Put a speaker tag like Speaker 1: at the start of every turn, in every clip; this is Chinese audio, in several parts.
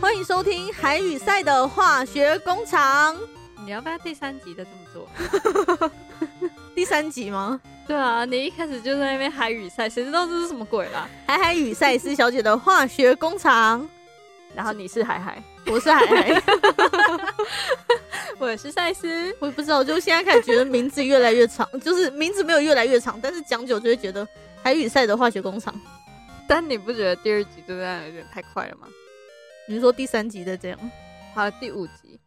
Speaker 1: 欢迎收听海与赛的化学工厂
Speaker 2: 你要不要第三集再这么做？
Speaker 1: 第三集吗？
Speaker 2: 对啊，你一开始就在那边海语赛，谁知道这是什么鬼啦？
Speaker 1: 海海与赛斯小姐的化学工厂，
Speaker 2: 然后你是海海，
Speaker 1: 我是海海。
Speaker 2: 我是赛斯，
Speaker 1: 我也不知道，就现在开始觉得名字越来越长，就是名字没有越来越长，但是讲久就会觉得海与赛的化学工厂。
Speaker 2: 但你不觉得第二集就这样有点太快了吗？
Speaker 1: 你是说第三集再这 样
Speaker 2: 好，第五集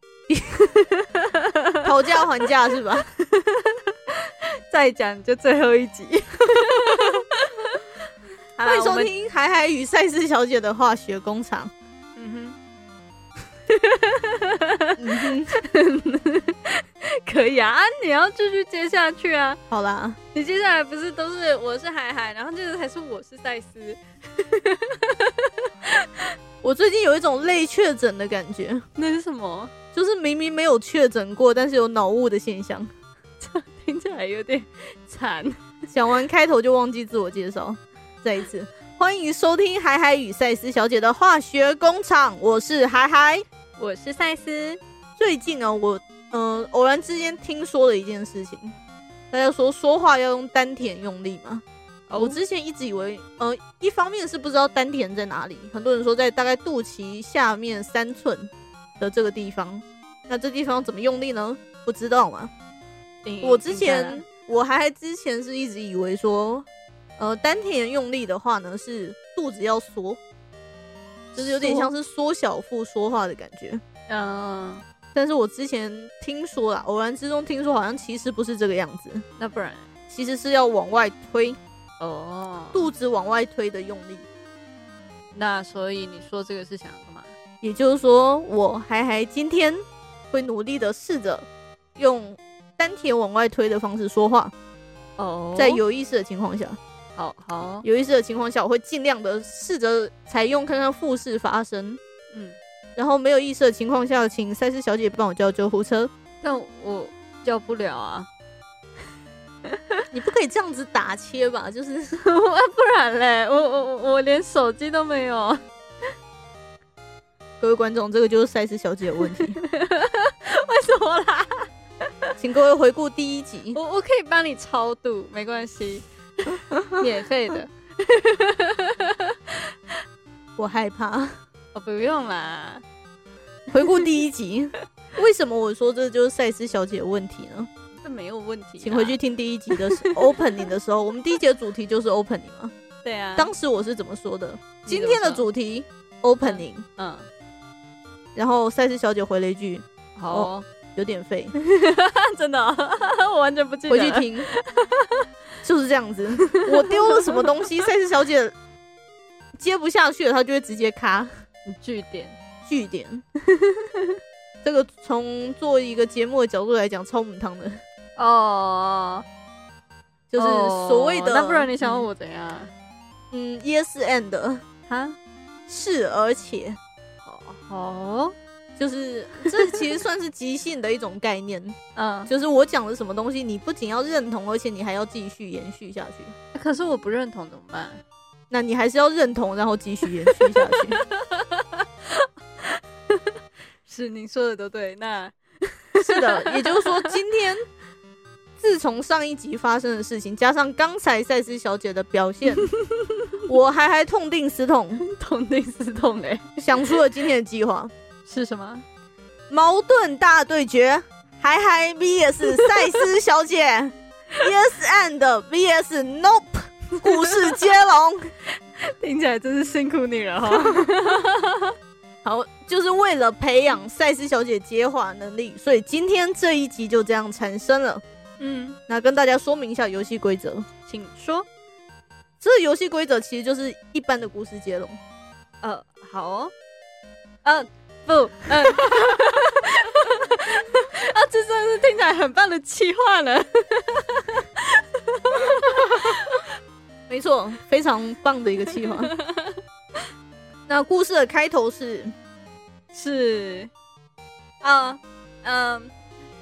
Speaker 1: 讨价还价是吧？
Speaker 2: 再讲就最后一 集。好啦
Speaker 1: 欢迎收，
Speaker 2: 我们
Speaker 1: 听海海与赛斯小姐的化学工厂。
Speaker 2: 嗯
Speaker 1: 嗯哼，
Speaker 2: 哼， 可以啊，啊你要继续接下去啊。
Speaker 1: 好啦，
Speaker 2: 你接下来不是都是我是海海，然后接着才是我是赛斯，
Speaker 1: 我最近有一种类确诊的感觉，
Speaker 2: 那是什么？
Speaker 1: 就是明明没有确诊过，但是有脑雾的现象。
Speaker 2: 听起来有点惨。
Speaker 1: 讲完开头就忘记自我介绍，再一次欢迎收听海海与赛斯小姐的化学工厂，我是海海。
Speaker 2: 我是赛斯，
Speaker 1: 最近呢，我嗯、呃偶然之间听说了一件事情，大家说说话要用丹田用力嘛。
Speaker 2: 哦
Speaker 1: 我之前一直以为，呃，一方面是不知道丹田在哪里，很多人说在大概肚脐下面三寸的这个地方，那这地方怎么用力呢？不知道嘛。
Speaker 2: 你
Speaker 1: 我之前我还之前是一直以为说，呃，丹田用力的话呢是肚子要缩，就是有点像是缩小腹说话的感觉。
Speaker 2: 嗯、
Speaker 1: 但是我之前听说啦，偶然之中听说好像其实不是这个样子，
Speaker 2: 那不然
Speaker 1: 其实是要往外推，
Speaker 2: 哦，
Speaker 1: 肚子往外推的用力。
Speaker 2: 那所以你说这个是想要干嘛？
Speaker 1: 也就是说，我还还今天会努力的试着用丹田往外推的方式说话，
Speaker 2: 哦
Speaker 1: 在有意识的情况下。
Speaker 2: 好好，
Speaker 1: 有意识的情况下，我会尽量的试着采用看看腹式发声。
Speaker 2: 嗯，
Speaker 1: 然后没有意识的情况下，请赛斯小姐帮我叫救护车。
Speaker 2: 但我叫不了啊，
Speaker 1: 你不可以这样子打切吧？就是
Speaker 2: 啊不然嘞，我我我我连手机都没有，
Speaker 1: 各位观众，这个就是赛斯小姐的问题，
Speaker 2: 为什么啦？
Speaker 1: 请各位回顾第一集。
Speaker 2: 我我可以帮你超度，没关 系，免费的，
Speaker 1: 我害怕
Speaker 2: 哦不用啦，
Speaker 1: 回顾第一集，为什么我说这就是赛斯小姐的问题呢？
Speaker 2: 这没有问题，
Speaker 1: 请回去。听第一集的时 opening 的时候，我们第一集的主题就是 opening 嘛。
Speaker 2: 对啊，
Speaker 1: 当时我是怎么说的？
Speaker 2: 你
Speaker 1: 今
Speaker 2: 怎么
Speaker 1: 天的
Speaker 2: 说
Speaker 1: 主题 opening，
Speaker 2: 嗯
Speaker 1: 然后赛斯小姐回了一句
Speaker 2: 好哦，
Speaker 1: 有点废。
Speaker 2: 真的哦、 我完全不记得
Speaker 1: 回
Speaker 2: 了，
Speaker 1: 去 听，就是这样子。我丢了什么东西，赛事小姐接不下去了，她就会直接卡
Speaker 2: 据点。
Speaker 1: 据点。 这个从做一个节目的角度来讲，超母汤的，
Speaker 2: 哦，
Speaker 1: 就是所谓的、
Speaker 2: 那不然你想要我怎样？
Speaker 1: 嗯嗯，yes and
Speaker 2: 哈、
Speaker 1: 是，而且
Speaker 2: 好，好，
Speaker 1: 就是这其实算是即兴的一种概念，
Speaker 2: 嗯，
Speaker 1: 就是我讲的什么东西，你不仅要认同，而且你还要继续延续下去。
Speaker 2: 可是我不认同怎么办？
Speaker 1: 那你还是要认同，然后继续延续下去。
Speaker 2: 是您说的都对，那
Speaker 1: 是的，也就是说，今天自从上一集发生的事情，加上刚才赛斯小姐的表现，我还还痛定思痛，
Speaker 2: 痛定思痛哎，
Speaker 1: 想出了今天的计划：
Speaker 2: 是什么？
Speaker 1: 矛盾大对决，还还 VS 赛斯小姐，Yes and VS Nope，故事接龙。
Speaker 2: 听起来真是辛苦你了哈。
Speaker 1: 好，就是为了培养赛斯小姐接话能力，所以今天这一集就这样产生了。
Speaker 2: 嗯，
Speaker 1: 那跟大家说明一下游戏规则。
Speaker 2: 请说。
Speaker 1: 这个游戏规则其实就是一般的故事接龙，
Speaker 2: 呃，好哦，呃，不，嗯、呃。 啊，这真的是听起来很棒的气话呢！
Speaker 1: 没错，非常棒的一个计 划。那故事的开头是，
Speaker 2: 是，啊，嗯，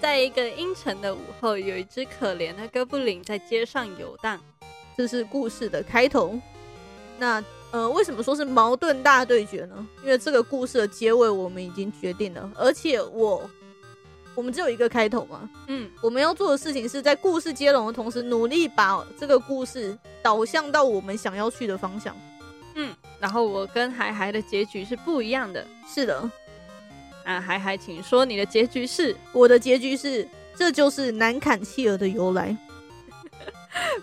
Speaker 2: 在一个阴沉的午后，有一只可怜的哥布林在街上游荡。
Speaker 1: 这是故事的开头。那呃，为什么说是矛盾大对决呢？因为这个故事的结尾我们已经决定了，而且我我们只有一个开头嘛，
Speaker 2: 嗯，
Speaker 1: 我们要做的事情是在故事接龙的同时，努力把这个故事导向到我们想要去的方向。
Speaker 2: 嗯然后我跟海海的结局是不一样的。
Speaker 1: 是的，
Speaker 2: 啊，海海，请说你的结局是？
Speaker 1: 我的结局是，这就是南坎契尔的由来。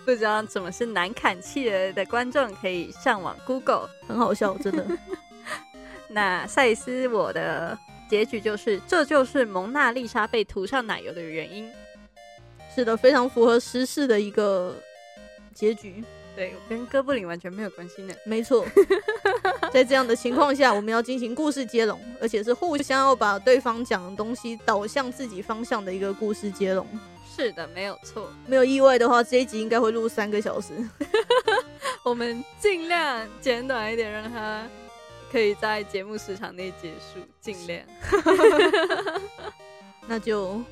Speaker 2: 不知道怎么是南坎企鹅的观众可以上网 Google。
Speaker 1: 很好笑，真 的。
Speaker 2: 那赛斯我的结局就是，这就是蒙娜丽莎被涂上奶油的原因。
Speaker 1: 是的，非常符合时事的一个结局，
Speaker 2: 对，跟哥布林完全没有关系呢。
Speaker 1: 没 错。在这样的情况下，我们要进行故事接龙，而且是互相要把对方讲的东西导向自己方向的一个故事接龙。
Speaker 2: 是的，没有错。
Speaker 1: 没有意外的话，这一集应该会录三个小时。
Speaker 2: 我们尽量简短一点，让它可以在节目时长内结束，尽量。
Speaker 1: 那就，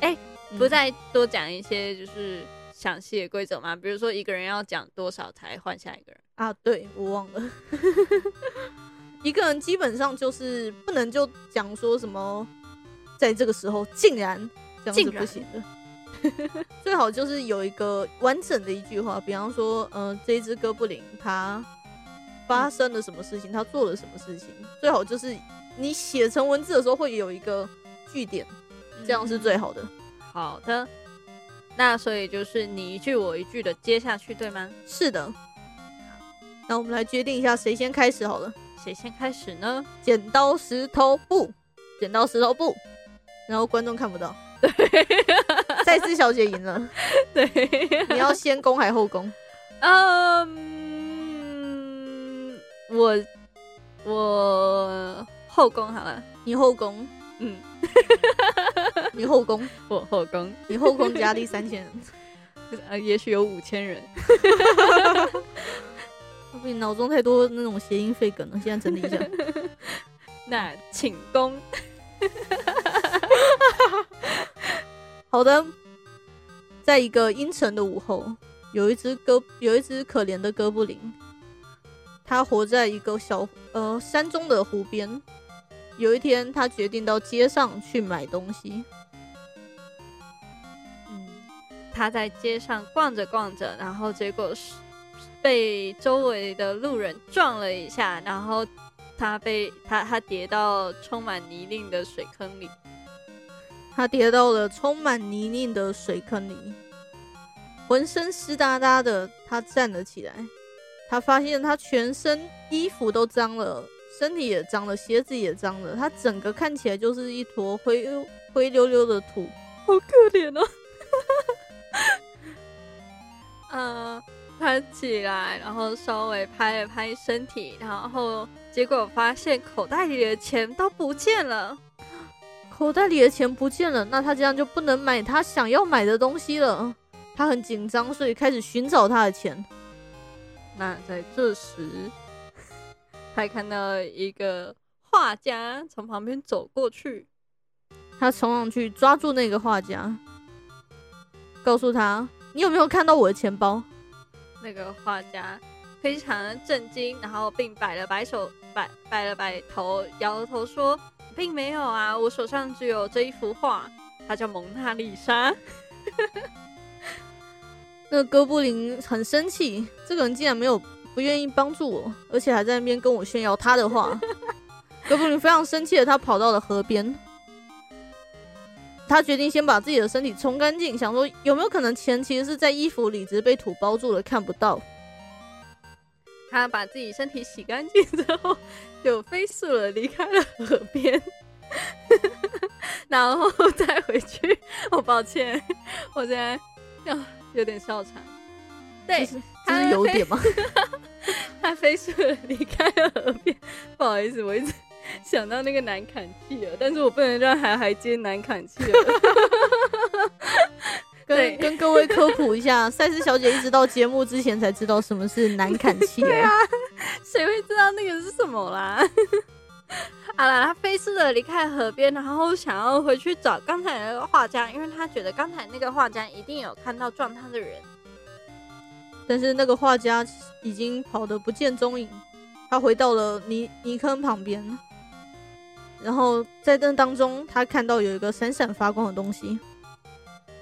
Speaker 2: 哎
Speaker 1: 嗯，
Speaker 2: 不再多讲一些就是详细的规则吗？比如说一个人要讲多少才换下一个人？
Speaker 1: 啊，对我忘了。一个人基本上就是不能就讲说什么，在这个时候竟然这样是
Speaker 2: 竟
Speaker 1: 不
Speaker 2: 然
Speaker 1: 行的。 最好就是有一个完整的一句话，比方说，呃，这一只哥布林它发生了什么事情，它做了什么事情，最好就是你写成文字的时候会有一个句点，
Speaker 2: 嗯
Speaker 1: 这样是最好的。
Speaker 2: 好的。那所以就是你一句我一句的接下去，对吗？
Speaker 1: 是的，那我们来决定一下谁先开始好了。
Speaker 2: 谁先开始呢？
Speaker 1: 剪刀石头布，剪刀石头布，然后观众看不到。对，赛斯小姐赢 了。
Speaker 2: 对，
Speaker 1: 你要先攻还后攻？
Speaker 2: 嗯，我我后宫好了，
Speaker 1: 你后攻，
Speaker 2: 嗯，
Speaker 1: 你后攻，
Speaker 2: 我后宫，
Speaker 1: 你后攻加力三千。
Speaker 2: 呃，也许有五千人。
Speaker 1: 我你脑中太多那种谐音废梗了，现在整理一下。
Speaker 2: 那请攻，
Speaker 1: 好的，在一个阴沉的午后，有一只哥，有一只可怜的哥布林，它活在一个小呃山中的湖边。有一天，它决定到街上去买东西。
Speaker 2: 嗯，他在街上逛着逛着，然后结果是被周围的路人撞了一下，然后他被他他跌到充满泥泞的水坑里。
Speaker 1: 他跌到了充满泥泞的水坑里，浑身湿哒哒的。他站了起来，他发现他全身衣服都脏了，身体也脏了，鞋子也脏了，他整个看起来就是一坨灰灰溜溜的土。
Speaker 2: 好可怜哦。 嗯，他起来，然后稍微拍了拍身体，然后结果发现口袋里的钱都不见了。
Speaker 1: 口袋里的钱不见了，那他这样就不能买他想要买的东西了。他很紧张，所以开始寻找他的钱。
Speaker 2: 那在这时， 他还看到一个画家从旁边走过去。
Speaker 1: 他冲上去抓住那个画家，告诉他：“你有没有看到我的钱包？”
Speaker 2: 那个画家非常的震惊，然后并摆了摆手，摆摆了摆头，摇头说：“并没有啊，我手上只有这一幅画，它叫蒙娜丽莎。”
Speaker 1: 那哥布林很生气，这个人竟然没有不愿意帮助我，而且还在那边跟我炫耀他的话。哥布林非常生气的，他跑到了河边。他决定先把自己的身体冲干净，想说有没有可能钱其实是在衣服里，只是被土包住了，看不到。
Speaker 2: 他把自己身体洗干净 之后，就飞速的离开了河边， 然后再回去。我抱歉， 我现在啊有点笑场。对，
Speaker 1: 这是有点吗？
Speaker 2: 他飞速的离开了河边。不好意思，我一直想到那个南坎企鹅，但是我不能让海海接南坎企鹅。
Speaker 1: 跟
Speaker 2: 对
Speaker 1: 跟各位科普一 下，赛斯小姐一直到节目之前才知道什么是南坎企鹅。
Speaker 2: 谁会知道那个是什么啦？ 好啦，他飞速的离开河边，然后想要回去找刚才那个画家，因为他觉得刚才那个画家一定有看到撞他的人。
Speaker 1: 但是那个画家已经跑得不见踪影，他回到了泥泥坑旁边，然后在那当中，他看到有一个闪闪发光的东西，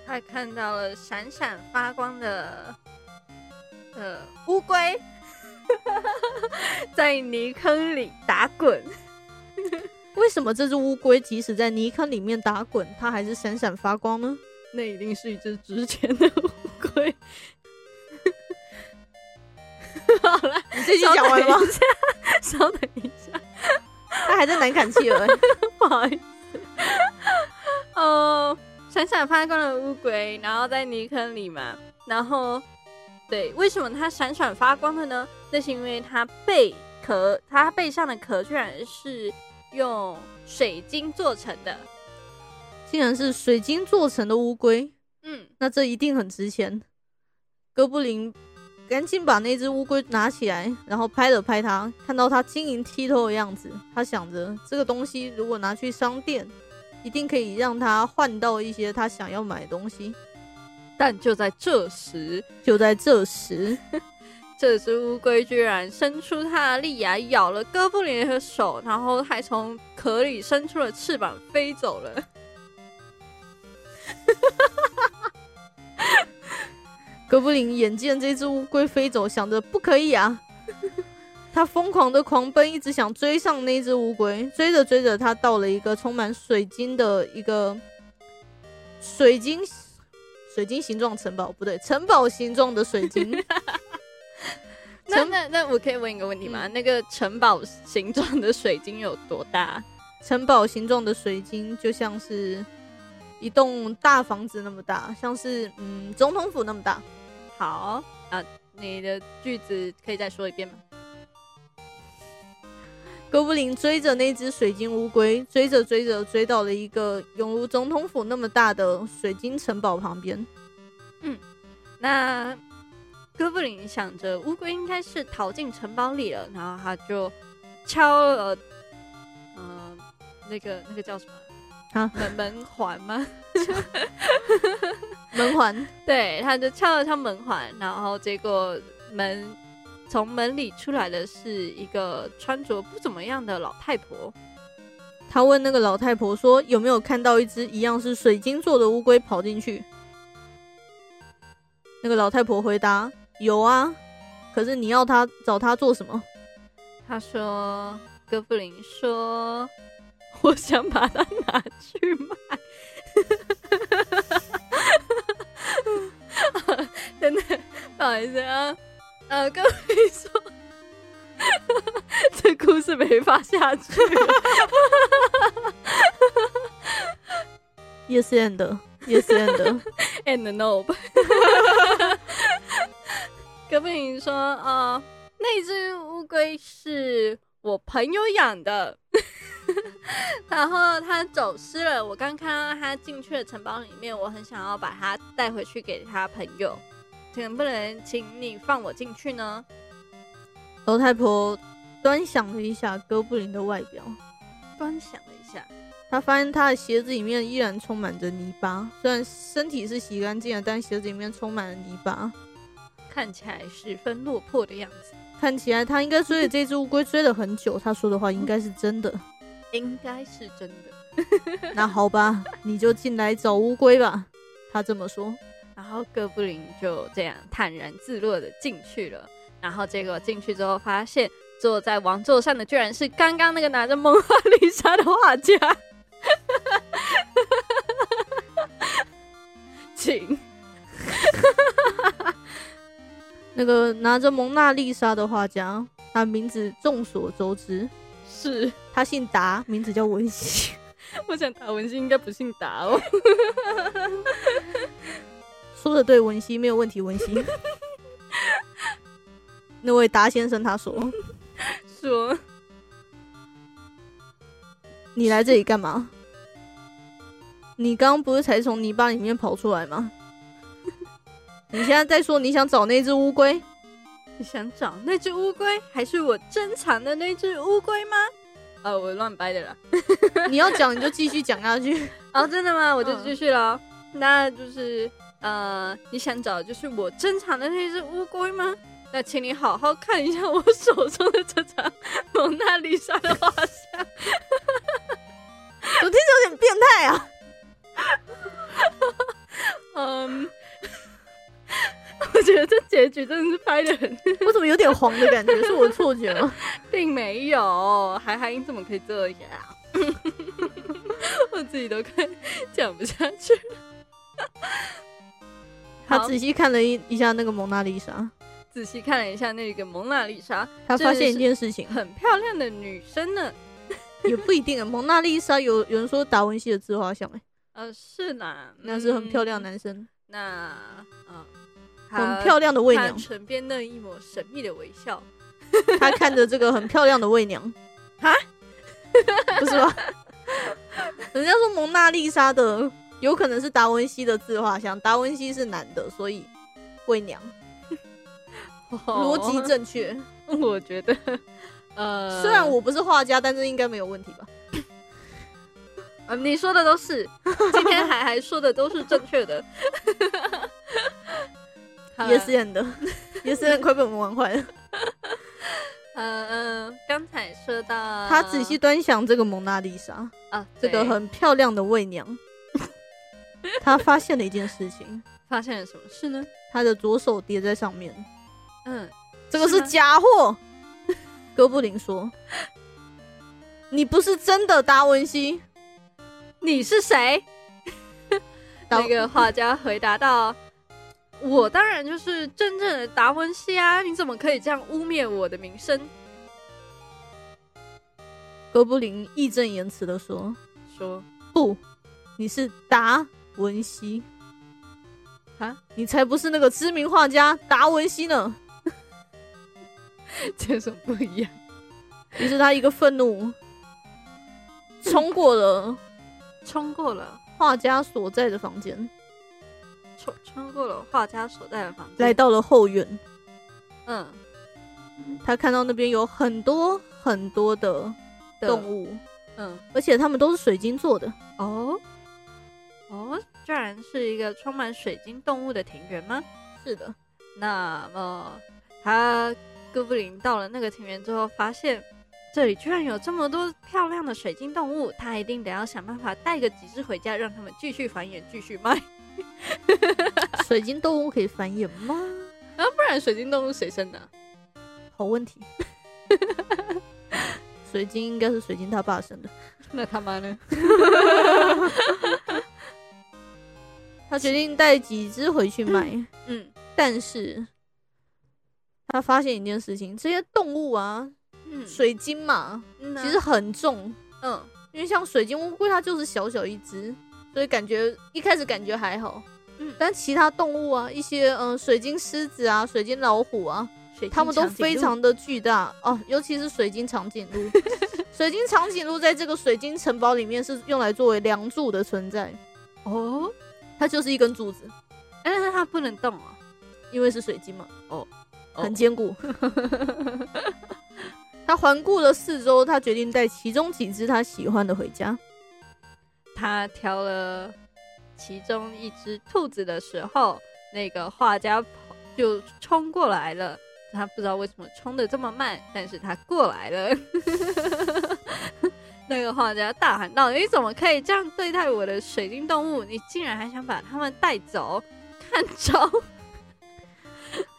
Speaker 2: 他看到了闪闪发光的呃乌龟， 在泥坑里打滚。
Speaker 1: 为什么这只乌龟即使在泥坑里面打滚，它还是闪闪发光呢？
Speaker 2: 那一定是一只值钱的乌龟。好了，
Speaker 1: 你这集讲完了吗？
Speaker 2: 稍等一下，
Speaker 1: 它还在南坎企鹅欸、
Speaker 2: 不好意思。 呃，闪闪发光的乌龟，然后在泥坑里嘛，然后对，为什么它闪闪发光的呢？那是因为它背壳，它背上的壳居然是用水晶做成的。
Speaker 1: 竟然是水晶做成的乌龟，
Speaker 2: 嗯，
Speaker 1: 那这一定很值钱。哥布林赶紧把那只乌龟拿起来，然后拍了拍它，看到它晶莹剔透的样子，他想着这个东西如果拿去商店，一定可以让他换到一些他想要买的东西。
Speaker 2: 但就在这时，
Speaker 1: 就在这时，
Speaker 2: 这只乌龟居然伸出它的利牙咬了哥布林的手，然后还从壳里伸出了翅膀飞走了。
Speaker 1: 哥布林眼见这只乌龟飞走，想着不可以啊，他疯狂的狂奔，一直想追上那只乌龟。追着追着，他到了一个充满水晶的一个水晶水晶形状城堡，不对，城堡形状的水晶。
Speaker 2: 那
Speaker 1: 城
Speaker 2: 那那我可以问一个问题吗？那个城堡形状的水晶有多大？
Speaker 1: 城堡形状的水晶就像是一栋大房子那么大，像是嗯总统府那么大。
Speaker 2: 好啊，你的句子可以再说一遍吗？
Speaker 1: 哥布林追着那只水晶乌龟，追着追着追到了一个犹如总统府那么大的水晶城堡旁边。
Speaker 2: 那哥布林想着乌龟应该是逃进城堡里了，然后他就敲了，呃，那个那个叫什么？
Speaker 1: 啊
Speaker 2: 门门环吗？
Speaker 1: 门环，
Speaker 2: 对，他就敲了敲门环，然后结果门从门里出来的是一个穿着不怎么样的老太婆。
Speaker 1: 他问那个老太婆说有没有看到一只一样是水晶做的乌龟跑进去。那个老太婆回答：“有啊，可是你要他找他做什么？
Speaker 2: 他说：“哥布林说，我想把它拿去卖。 啊”真的不好意思啊，呃，哥布林说， 这故事没法下去了。
Speaker 1: Yes and Yes and
Speaker 2: and nope。隔壁邻说，呃，那只乌龟是我朋友养的， 然后它走失了。我刚看到它进去了城堡里面，我很想要把它带回去给他朋友，能不能请你放我进去呢？
Speaker 1: 老太婆端详了一下哥布林的外表，
Speaker 2: 端详了一下，
Speaker 1: 她发现他的鞋子里面依然充满着泥巴，虽然身体是洗干净了，但鞋子里面充满了泥巴。
Speaker 2: 看起来十分落魄的样子，
Speaker 1: 看起来他应该追着这只乌龟追了很久，他说的话应该是真的。
Speaker 2: 应该是真的。
Speaker 1: 那好吧，你就进来找乌龟吧。他这么说，
Speaker 2: 然后哥布林就这样坦然自若的进去了。然后结果进去之后，发现坐在王座上的居然是刚刚那个拿着蒙娜 丽莎的画家。请，
Speaker 1: 那个拿着蒙娜丽莎的画家，他名字众所周知，
Speaker 2: 是
Speaker 1: 他姓达，名字叫文西。
Speaker 2: 我想达文西应该不姓达哦。
Speaker 1: 说的对，文熙没有问题，文熙。 那位达先生他说
Speaker 2: 说：“
Speaker 1: 你来这里干嘛？你刚刚不是才从泥巴里面跑出来吗？ 你现在在说你想找那只乌龟？
Speaker 2: 你想找那只乌龟，还是我珍藏的那只乌龟吗？”哦，我乱掰的啦。
Speaker 1: 你要讲你就继续讲下去。
Speaker 2: 哦，真的吗？我就
Speaker 1: 嗯
Speaker 2: 继续了哦。那就是呃，你想找的就是我珍藏的那只乌龟吗？那请你好好看一下我手中的这张蒙娜丽莎的画像。
Speaker 1: 我听着有点变态啊！
Speaker 2: 嗯， 我觉得这结局真的是拍的很，
Speaker 1: 我怎么有点黄的感觉？ 是我的错觉吗？
Speaker 2: 并没有。海海，你怎么可以这样？ 我自己都快讲不下去了。
Speaker 1: 他
Speaker 2: 好
Speaker 1: 仔细看了一一下那个蒙娜丽莎，
Speaker 2: 仔细看了一下那个蒙娜丽莎，
Speaker 1: 他发现一
Speaker 2: 这是
Speaker 1: 件事情，
Speaker 2: 很漂亮的女生呢。
Speaker 1: 也不一定啊。 蒙娜丽莎有有人说达文西的自画像、欸，
Speaker 2: 呃，是啦，
Speaker 1: 那是很漂亮的
Speaker 2: 嗯。
Speaker 1: 男生，
Speaker 2: 那嗯，
Speaker 1: 很
Speaker 2: 她
Speaker 1: 漂亮的媚
Speaker 2: 他
Speaker 1: 娘。
Speaker 2: 唇边那一抹神秘的微 笑，
Speaker 1: 他看着这个很漂亮的媚娘，
Speaker 2: 哈，
Speaker 1: 不是吧？人家说蒙娜丽莎的有可能是达文西的自画像，达文西是男的，所以媚娘
Speaker 2: 哦
Speaker 1: 逻辑 正确。
Speaker 2: 正，我觉得，呃，
Speaker 1: 虽然我不是画家，但是应该没有问题吧？
Speaker 2: 呃你说的都是，今天海还说的都是正 确的，好
Speaker 1: 也
Speaker 2: 啦
Speaker 1: 是，演 的，也是很快被我们玩坏了。
Speaker 2: 嗯嗯，刚才说到
Speaker 1: 他仔细端详这个蒙娜丽莎，
Speaker 2: 啊，
Speaker 1: 这个
Speaker 2: 对
Speaker 1: 很漂亮的媚 娘，他发现了一件事情，
Speaker 2: 发现了什么事呢？
Speaker 1: 他的左手叠在上面，
Speaker 2: 嗯，
Speaker 1: 这个
Speaker 2: 是
Speaker 1: 是
Speaker 2: 吗
Speaker 1: 假货。哥布林说：“你不是真的达文西。
Speaker 2: 你是谁？”
Speaker 1: 达
Speaker 2: 那个画家回答道：“我当然就是真正的达文西啊！你怎么可以这样污蔑我的名声？”
Speaker 1: 哥布林义正言辞的说
Speaker 2: 说：“
Speaker 1: 不，你是达文西
Speaker 2: 啊，
Speaker 1: 你才不是那个知名画家达文西呢。
Speaker 2: 这种不一样。””
Speaker 1: 于是他一个愤怒，冲过了
Speaker 2: 冲过了，
Speaker 1: 画家所在的房
Speaker 2: 嗯
Speaker 1: 间，
Speaker 2: 冲冲过了画家所在的房间，
Speaker 1: 来，到了后院。
Speaker 2: 嗯，
Speaker 1: 他看到那边有很多很多的
Speaker 2: 的
Speaker 1: 动，物，
Speaker 2: 嗯，
Speaker 1: 而且它们都是水晶做的。
Speaker 2: 哦，哦，居然是一个充满水晶动物的庭园吗？
Speaker 1: 是的，
Speaker 2: 那么，他哥布林到了那个庭园之后，发现这里居然有这么多漂亮的水晶动物，他一定得要想办法带个几只回家，让他们继续繁衍，继续卖，
Speaker 1: 水晶动物可以繁衍吗？
Speaker 2: 不然水晶动物谁生的？
Speaker 1: 好问题。 水晶应该是水晶他爸生的。
Speaker 2: 那他妈呢？
Speaker 1: 他决定带几只回去卖，
Speaker 2: 嗯
Speaker 1: 但是他发现一件事情：这些动物啊，
Speaker 2: 嗯，
Speaker 1: 水晶嘛，
Speaker 2: 嗯啊
Speaker 1: 其实很重，
Speaker 2: 嗯
Speaker 1: 因为像水晶乌龟，它就是小小一只，所以感觉一开始感觉还好。
Speaker 2: 嗯
Speaker 1: 但其他动物啊，一些嗯、呃水晶狮子啊、水晶老虎啊，
Speaker 2: 水晶
Speaker 1: 它们都
Speaker 2: 长颈鹿
Speaker 1: 非常的巨大哦，尤其是水晶长颈 鹿。水晶长颈鹿在这个水晶城堡里面是用来作为梁柱的存在，
Speaker 2: 哦，
Speaker 1: 它就是一根柱子，
Speaker 2: 但是它不能动哦。
Speaker 1: 因为是水晶嘛，
Speaker 2: 哦
Speaker 1: 很坚固。 他环顾了四周，他决定带其中几只他喜欢的回家。
Speaker 2: 他挑了其中一只兔子的时候，那个画家跑就冲过来了。他不知道为什么冲的这么慢，但是他过来了。 那个画家大喊道：“你怎么可以这样对待我的水晶动物？你竟然还想把它们带走？看招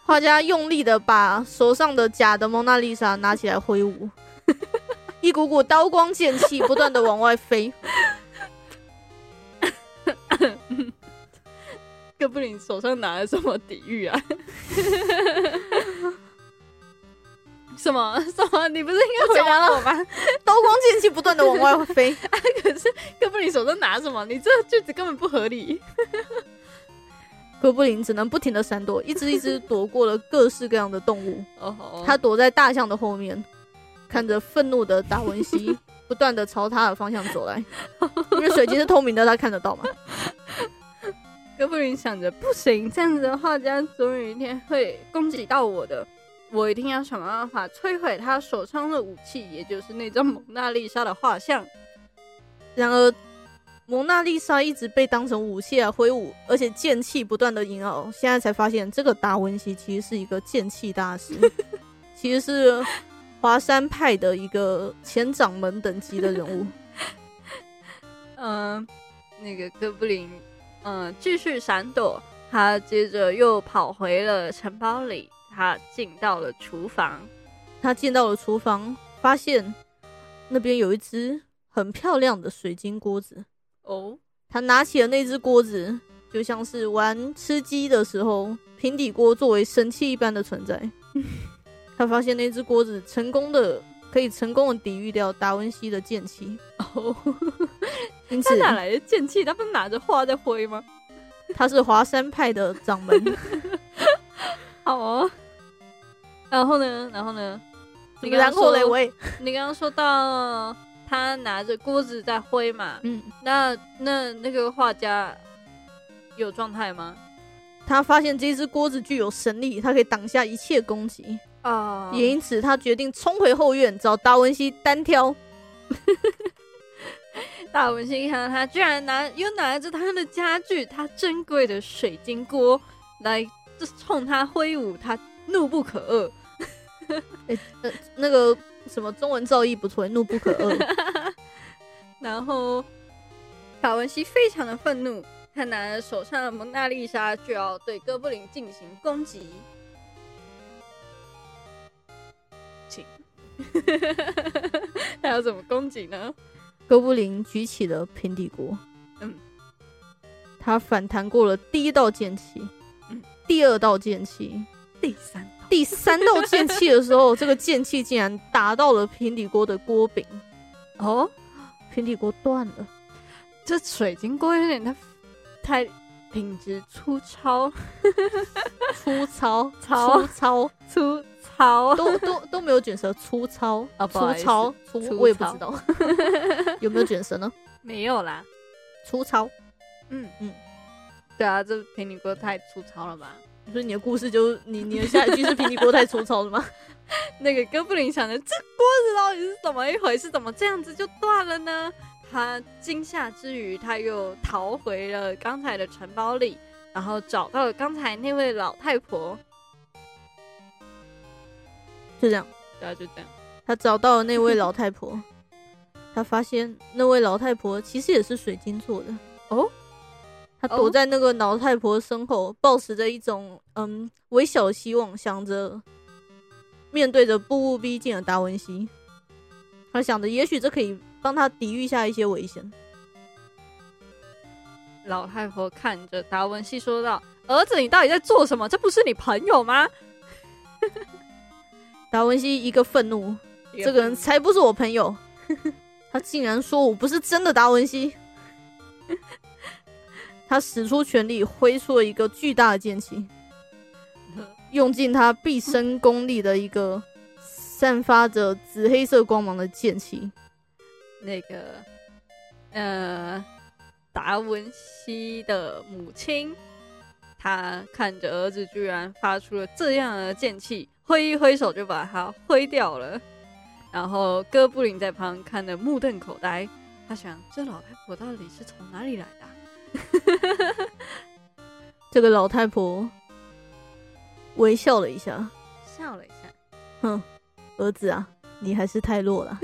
Speaker 1: 画家用力的把手上的假的蒙娜丽莎拿起来挥舞， 一股股刀光剑气不断的往外 飞。
Speaker 2: 哥布林手上拿了什么抵御啊？ 什么什么？你不是应该回答我吗？
Speaker 1: 刀光剑气不断的往外飞，
Speaker 2: 可是哥布林手上拿什么？你这句子根本不合理。
Speaker 1: 哥布林只能不停的闪躲，一只一只躲过了各式各样的动物。
Speaker 2: 哦
Speaker 1: 他躲在大象的后面，看着愤怒的达文西不断的朝他的方向走来，因为水晶是透明的，他看得到嘛。
Speaker 2: 哥布林想着，不行，这样子的话，家总有一天会攻击到我的，我一定要想办法摧毁他手上的武器，也就是那张蒙娜丽莎的画像。
Speaker 1: 然而，蒙娜丽莎一直被当成武器来啊挥舞，而且剑气不断的萦绕。现在才发现，这个达文西其实是一个剑气大师，其实是华山派的一个前掌门等级的人物。
Speaker 2: 嗯、那个哥布林，嗯、继续闪躲，他接着又跑回了城堡里，他进到了厨房，
Speaker 1: 他进到了厨房，发现那边有一只很漂亮的水晶锅子。
Speaker 2: 哦，
Speaker 1: 他拿起了那只锅子，就像是玩吃鸡的时候，平底锅作为神器一般的存 在。他发现那只锅子成功的可以成功的抵御掉达文西的剑气，
Speaker 2: 哦，
Speaker 1: 因
Speaker 2: 他
Speaker 1: 此
Speaker 2: 哪来的剑气？他不是拿着花在挥吗？
Speaker 1: 他是华山派的掌门。
Speaker 2: 好哦。然后呢？然后呢？ 你刚
Speaker 1: 然
Speaker 2: 刚
Speaker 1: 后
Speaker 2: 说
Speaker 1: 嘞，喂，
Speaker 2: 你刚刚说到他拿着锅子在挥嘛？
Speaker 1: 嗯，
Speaker 2: 那那那个画家有状态吗？
Speaker 1: 他发现这只锅子具有神力，它可以挡下一切攻击，
Speaker 2: 啊
Speaker 1: 也因此他决定冲回后院找达文西单挑。
Speaker 2: 大文西看到他居然拿又拿着他的家具，他珍贵的水晶锅来就冲他挥舞，他怒不可遏。
Speaker 1: 呃，那个什么中文造诣不错，怒不可遏。
Speaker 2: 然后达文西非常的愤怒，他拿着手上的蒙娜丽莎就要对哥布林进行攻击。请， 他要怎么攻击呢？
Speaker 1: 哥布林举起了平底锅，
Speaker 2: 嗯，
Speaker 1: 他反弹过了第一道剑气，
Speaker 2: 嗯
Speaker 1: 第二道剑气，
Speaker 2: 第三道，
Speaker 1: 第三道剑气的时候，这个剑气竟然打到了平底锅的锅柄，
Speaker 2: 哦，
Speaker 1: 平底锅断了。
Speaker 2: 这水晶锅有点太太品质粗糙，
Speaker 1: 粗糙，
Speaker 2: 糙
Speaker 1: 粗糙，
Speaker 2: 粗糙。
Speaker 1: 都都都没有卷舌，粗糙
Speaker 2: 啊不好
Speaker 1: 粗
Speaker 2: 意思
Speaker 1: 糙，粗
Speaker 2: 粗，
Speaker 1: 我也不
Speaker 2: 糙
Speaker 1: 知道 有没有卷舌呢？
Speaker 2: 没有啦，
Speaker 1: 粗糙，
Speaker 2: 嗯嗯
Speaker 1: 嗯，
Speaker 2: 对啊，这平底锅太粗糙了吧？
Speaker 1: 所以你的故事就你你的下一句是平底锅太粗糙了吗？
Speaker 2: 那个哥布林想着这锅子到底是怎么一回事，怎么这样子就断了呢？他惊吓之余，他又逃回了刚才的城堡里，然后找到了刚才那位老太婆，
Speaker 1: 就这样。
Speaker 2: 对啊，就这样。
Speaker 1: 他找到了那位老太婆，他发现那位老太婆其实也是水晶做的
Speaker 2: 哦。
Speaker 1: 他
Speaker 2: 哦
Speaker 1: 躲在那个老太婆身后，抱持着一种嗯微小的希望，想着面对着步步逼近的达文西，他想着也许这可以帮他抵御下一些危险。
Speaker 2: 老太婆看着达文西说道：“儿子，你到底在做什么？这不是你朋友吗
Speaker 1: 达文西一个愤怒，？”这个人
Speaker 2: 也
Speaker 1: 才不是我朋友， 他竟然说我不是真的达文西。 他使出全力，挥出了一个巨大的剑气，
Speaker 2: 不
Speaker 1: 用尽他毕生功力的一个散发着紫黑色光芒的剑气。
Speaker 2: 那个呃达文西的母亲，她看着儿子居然发出了这样的剑气，挥一挥手就把它挥掉了。然后哥布林在旁看得目瞪口呆，他想这老太婆到底是从哪里来的啊、
Speaker 1: 这个老太婆微笑了一下
Speaker 2: 笑了一下，：“
Speaker 1: 哼，儿子啊，你还是太弱了。”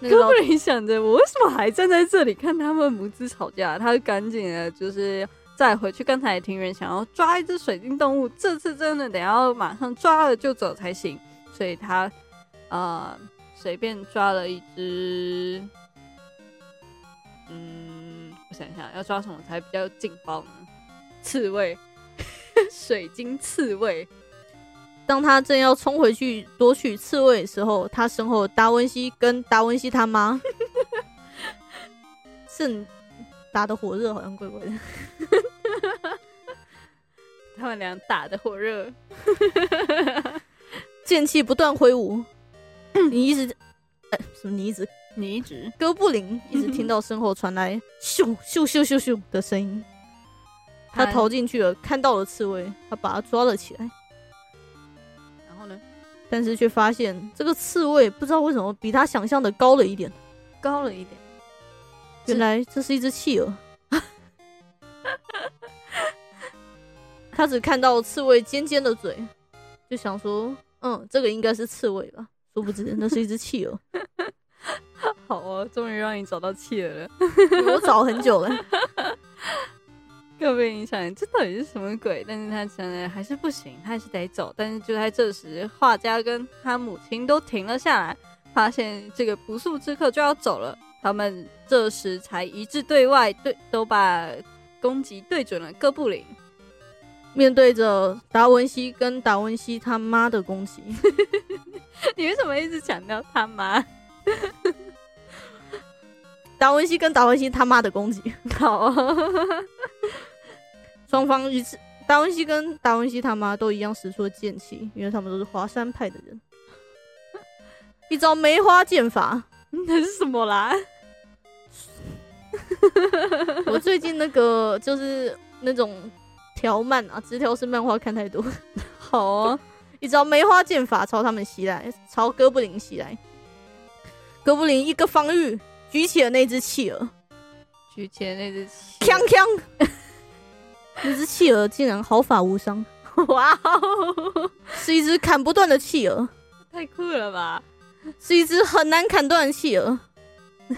Speaker 1: 那个
Speaker 2: 哥
Speaker 1: 老
Speaker 2: 布林想着我为什么还站在这里看他们母子吵架，他赶紧的就是再回去刚才的庭园，想要抓一只水晶动物，这次真的得要马上抓了就走才行，所以他呃随便抓了一只，嗯，我想一下要抓什么才比较劲爆呢？刺猬， 水晶刺猬，
Speaker 1: 当他正要冲回去夺取刺猬的时候，他身后的达文西跟达文西他妈正打得火热，好像怪怪的。
Speaker 2: 他们俩打的火热，
Speaker 1: 剑气不断挥舞，你一直哎什么？你一直
Speaker 2: 你一直
Speaker 1: 哥布林一直听到身后传来咻咻咻咻咻的声音，他
Speaker 2: 他
Speaker 1: 逃进去了，看到了刺猬，他把它抓了起来，
Speaker 2: 然后呢
Speaker 1: 但是却发现这个刺猬不知道为什么比他想象的高了一点。
Speaker 2: 高了一点。
Speaker 1: 原来这是一只企鹅。 他只看到刺猬尖尖的嘴，就想说，嗯，这个应该是刺猬吧？殊不知那是一只企鹅。
Speaker 2: 好哦，终于让你找到企鹅了，
Speaker 1: 我找很久了，
Speaker 2: 更被影响。这到底是什么鬼？但是他想来还是不行，他还是得走。但是就在这时，画家跟他母亲都停了下来，发现这个不速之客就要走了。他们这时才一致对外对，都把攻击对准了哥布林。
Speaker 1: 面对着达文西跟达文西他妈的攻击，
Speaker 2: 你为什么一直强调他妈？
Speaker 1: 达文西跟达文西他妈的攻击，
Speaker 2: 好、哦，
Speaker 1: 双方一次，达文西跟达文西他妈都一样使出了剑气，因为他们都是华山派的人。一招梅花剑法，
Speaker 2: 那是什么啦？
Speaker 1: 我最近那个就是那种条漫啊，直条式漫画看太多，
Speaker 2: 好哦，
Speaker 1: 一招梅花剑法朝他们袭来，朝哥布林袭来。哥布林一个防御举起了那只企鹅，
Speaker 2: 举起了那 只企
Speaker 1: 锵锵，那只企鹅竟然毫发无伤，
Speaker 2: 鹅，哇哦，
Speaker 1: 是一只砍不断的企鹅。
Speaker 2: 太酷了吧！
Speaker 1: 是一只很难砍断的企鹅。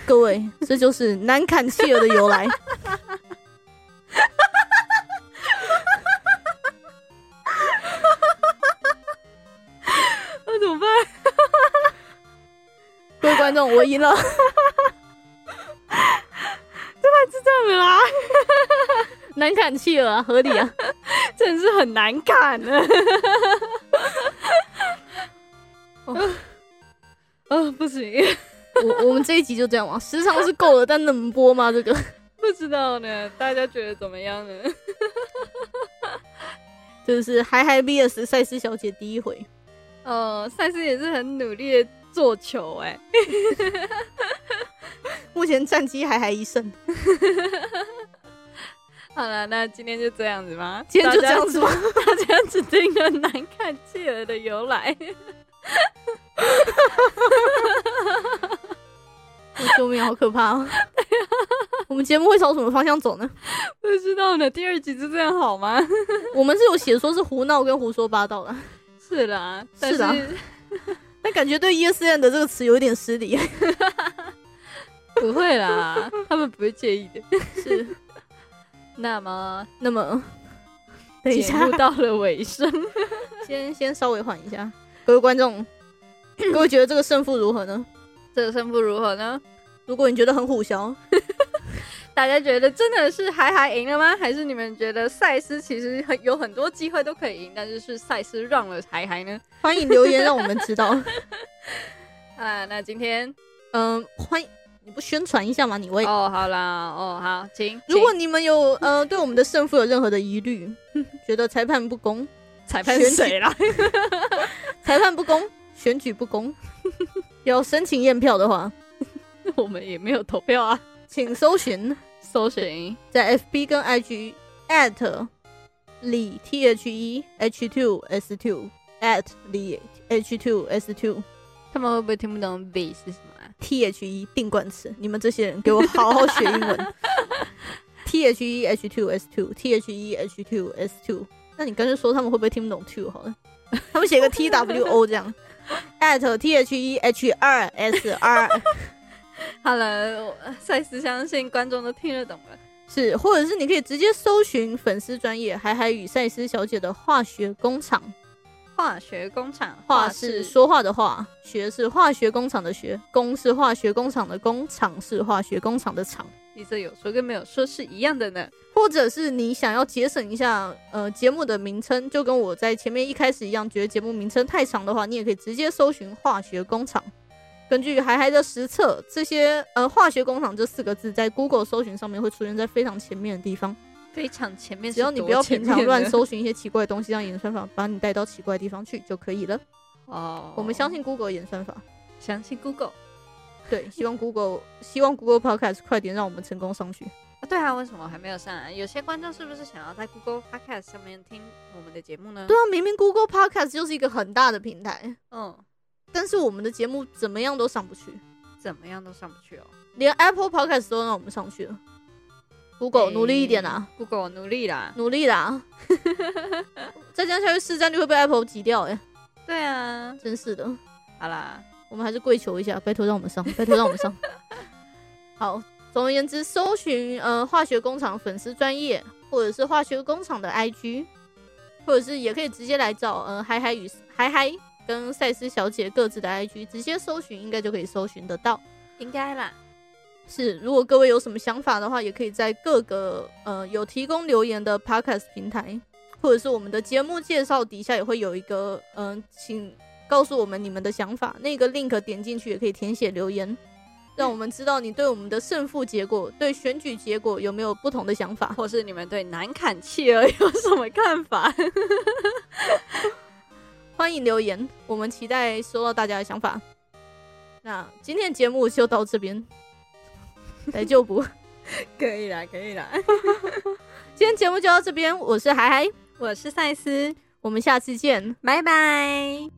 Speaker 1: 各位，这就是难砍企鹅的由来。
Speaker 2: 那怎么办？
Speaker 1: 各位观众，我赢了，
Speaker 2: 是这样的啦，
Speaker 1: 难砍企鹅啊，合理啊。
Speaker 2: 真的是很难砍呢。 哦，哦，不行，
Speaker 1: 我我们这一集就这样嘛，时长是够了，但能播吗？这个
Speaker 2: 不知道呢，大家觉得怎么样呢？
Speaker 1: 就是嗨嗨 VS 赛斯小姐第一回，
Speaker 2: 哦，赛斯也是很努力的做球哎、
Speaker 1: 目前战绩嗨嗨一胜，
Speaker 2: 好了，那今天就这样子吧，
Speaker 1: 今天就这样子吧。
Speaker 2: 大家， 大家只听了难看企鹅的由来。
Speaker 1: 救命，好可怕哦！ 我们节目会朝什么方向走呢？
Speaker 2: 不知道呢，第二集就这样好吗？
Speaker 1: 我们是有写说是胡闹跟胡说八道的，
Speaker 2: 是啦，但
Speaker 1: 是啦但感觉对 ESN 的这个词有一点失礼。
Speaker 2: 不会啦，他们不会介意的。
Speaker 1: 是，
Speaker 2: 那么，
Speaker 1: 那么等一
Speaker 2: 节
Speaker 1: 下
Speaker 2: 目，到了尾声，
Speaker 1: 先先稍微缓一下，各位观众，各位觉得这个胜负如何呢？
Speaker 2: 这个胜负如何呢？
Speaker 1: 如果你觉得很虎啸，
Speaker 2: 大家觉得真的是海海赢了吗？还是你们觉得赛斯其实很有很多机会都可以赢，但是是赛斯让了海海呢？
Speaker 1: 欢迎留言让我们知道。
Speaker 2: 啊，那今天
Speaker 1: 嗯、欢迎你不宣传一下吗？你为、
Speaker 2: 哦，好啦，哦，好，请，
Speaker 1: 如果
Speaker 2: 请
Speaker 1: 你们有呃对我们的胜负有任何的疑虑，觉得裁判不公，
Speaker 2: 裁判
Speaker 1: 选
Speaker 2: 是
Speaker 1: 举
Speaker 2: 谁啦？
Speaker 1: 裁判不公，选举不公，要申请验票的话，
Speaker 2: 我们也没有投票啊，
Speaker 1: 请搜寻
Speaker 2: 搜寻
Speaker 1: 在 FB 跟 IG at 李 T H E H two S two at 李 H two S two
Speaker 2: 他们会不会听不懂 V 是什么、啊？
Speaker 1: T H E 定冠词，你们这些人给我好好学英文。T H E H two S two T H E H two S two，那你干脆说他们会不会听不懂 two 好了， 他们写个 T W O 这样 at T H E H 二 S 二
Speaker 2: 好了，我赛斯相信观众都听得懂了。
Speaker 1: 是，或者是你可以直接搜寻粉丝专业海海与赛斯小姐的化学工厂。
Speaker 2: 化学工厂，
Speaker 1: 话是说话的话，学是化学工厂的学，工是化学工厂的工，厂是化学工厂的厂。
Speaker 2: 你这有说跟没有说是一样的呢。
Speaker 1: 或者是你想要节省一下，呃，节目的名称，就跟我在前面一开始一样，觉得节目名称太长的话，你也可以直接搜寻“化学工厂”。根据海海的实测，这些呃“化学工厂”这四个字在 Google 搜寻上面会出现在非常前面的地方。
Speaker 2: 非常前面，
Speaker 1: 只要你不要平常乱搜寻一些奇怪的东西，让演算法把你带到奇怪的地方去就可以了。
Speaker 2: 哦。
Speaker 1: 我们相信 Google 的演算法。
Speaker 2: 相信 Google
Speaker 1: 对，希望 Google 希望 Google Podcast 快点让我们成功上去。
Speaker 2: 啊，对啊，为什么还没有上来？有些观众是不是想要在 Google Podcast 上面听我们的节目呢？
Speaker 1: 对，啊，明明 Google Podcast 就是一个很大的平台，
Speaker 2: 嗯，
Speaker 1: 但是我们的节目怎么样都上不去。
Speaker 2: 怎么样都上不去哦。
Speaker 1: 连 Apple Podcast 都让我们上去了。Google
Speaker 2: 诶
Speaker 1: 努力一点啊，
Speaker 2: ，Google 努力啦。
Speaker 1: 努力啦！再这样下去，市占率会被 Apple 挤掉哎、
Speaker 2: 对啊，
Speaker 1: 真是的。
Speaker 2: 好啦，
Speaker 1: 我们还是跪求一下，拜托让我们上，拜托让我们上。好，总而言之，搜寻呃化学工厂粉丝专业，或者是化学工厂的 IG，或者是也可以直接来找呃嗨嗨与嗨嗨跟赛斯小姐各自的 IG，直接搜寻应该就可以搜寻得到。
Speaker 2: 应该啦。
Speaker 1: 是，如果各位有什么想法的话，也可以在各个呃有提供留言的 podcast 平台，或者是我们的节目介绍底下也会有一个嗯、呃请告诉我们你们的想法，那个 link 点进去也可以填写留言，让我们知道你对我们的胜负结果、对选举结果有没有不同的想法。
Speaker 2: 或是你们对南坎企鹅有什么看法？
Speaker 1: 欢迎留言，我们期待收到大家的想法。那今天的节目就到这边， 来就补。
Speaker 2: 可以啦，可以啦。
Speaker 1: 今天节目就到这边，我是海海，
Speaker 2: 我是赛斯，
Speaker 1: 我们下次见。
Speaker 2: 拜拜。